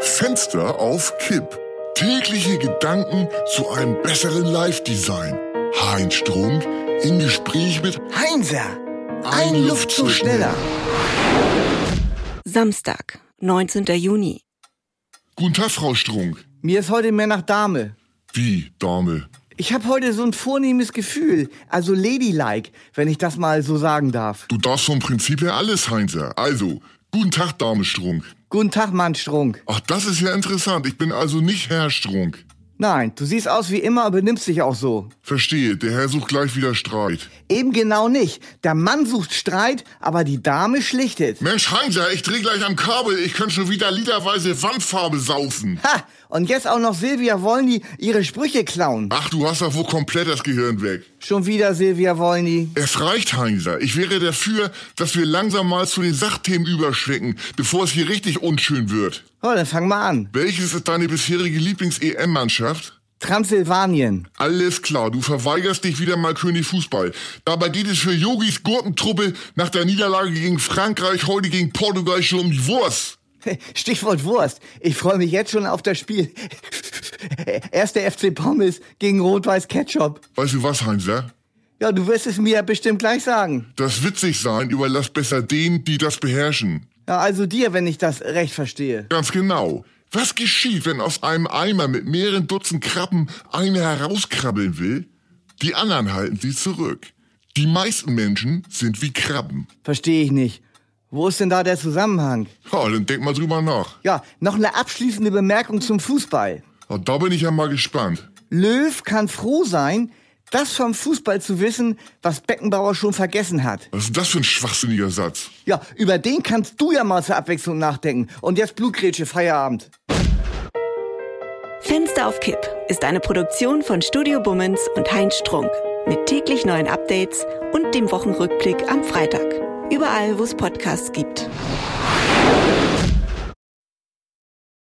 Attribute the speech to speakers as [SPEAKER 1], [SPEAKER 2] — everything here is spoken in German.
[SPEAKER 1] Fenster auf Kipp. Tägliche Gedanken zu einem besseren Live-Design. Heinz Strunk im Gespräch mit
[SPEAKER 2] Heinzer,
[SPEAKER 1] Ein Luftzug schneller.
[SPEAKER 3] Samstag, 19. Juni.
[SPEAKER 1] Guten Tag, Frau Strunk.
[SPEAKER 2] Mir ist heute mehr nach Dame.
[SPEAKER 1] Wie, Dame?
[SPEAKER 2] Ich habe heute so ein vornehmes Gefühl, also ladylike, wenn ich das mal so sagen darf.
[SPEAKER 1] Du darfst vom Prinzip her alles, Heinzer. Also, guten Tag, Dame Strunk.
[SPEAKER 2] Guten Tag, Mann Strunk.
[SPEAKER 1] Ach, das ist ja interessant. Ich bin also nicht Herr Strunk.
[SPEAKER 2] Nein, du siehst aus wie immer, benimmst dich auch so.
[SPEAKER 1] Verstehe, der Herr sucht gleich wieder Streit.
[SPEAKER 2] Eben genau nicht. Der Mann sucht Streit, aber die Dame schlichtet.
[SPEAKER 1] Mensch, Heinzer, ich dreh gleich am Kabel. Ich könnte schon wieder literweise Wandfarbe saufen.
[SPEAKER 2] Ha! Und jetzt auch noch Silvia Wollny ihre Sprüche klauen.
[SPEAKER 1] Ach, du hast doch wohl komplett das Gehirn weg.
[SPEAKER 2] Schon wieder Silvia Wollny.
[SPEAKER 1] Es reicht, Heinzer. Ich wäre dafür, dass wir langsam mal zu den Sachthemen überschwenken, bevor es hier richtig unschön wird.
[SPEAKER 2] Oh, dann fang mal an.
[SPEAKER 1] Welches ist deine bisherige Lieblings-EM-Mannschaft?
[SPEAKER 2] Transsilvanien.
[SPEAKER 1] Alles klar, du verweigerst dich wieder mal König Fußball. Dabei geht es für Yogis Gurkentruppe nach der Niederlage gegen Frankreich heute gegen Portugal schon um die Wurst.
[SPEAKER 2] Stichwort Wurst. Ich freue mich jetzt schon auf das Spiel. Erst der FC Pommes gegen Rot-Weiß Ketchup.
[SPEAKER 1] Weißt du was, Heinzer?
[SPEAKER 2] Ja, du wirst es mir ja bestimmt gleich sagen.
[SPEAKER 1] Das Witzigsein überlass besser denen, die das beherrschen.
[SPEAKER 2] Ja, also dir, wenn ich das recht verstehe.
[SPEAKER 1] Ganz genau. Was geschieht, wenn aus einem Eimer mit mehreren Dutzend Krabben eine herauskrabbeln will? Die anderen halten sie zurück. Die meisten Menschen sind wie Krabben.
[SPEAKER 2] Verstehe ich nicht. Wo ist denn da der Zusammenhang?
[SPEAKER 1] Ja, Oh, dann denk mal drüber nach.
[SPEAKER 2] Ja, noch eine abschließende Bemerkung zum Fußball.
[SPEAKER 1] Ja, Da bin ich ja mal gespannt.
[SPEAKER 2] Löw kann froh sein, das vom Fußball zu wissen, was Beckenbauer schon vergessen hat.
[SPEAKER 1] Was ist denn das für ein schwachsinniger Satz?
[SPEAKER 2] Ja, über den kannst du ja mal zur Abwechslung nachdenken. Und jetzt Blutgrätsche, Feierabend.
[SPEAKER 3] Fenster auf Kipp ist eine Produktion von Studio Bummens und Heinz Strunk. Mit täglich neuen Updates und dem Wochenrückblick am Freitag. Überall, wo es Podcasts gibt.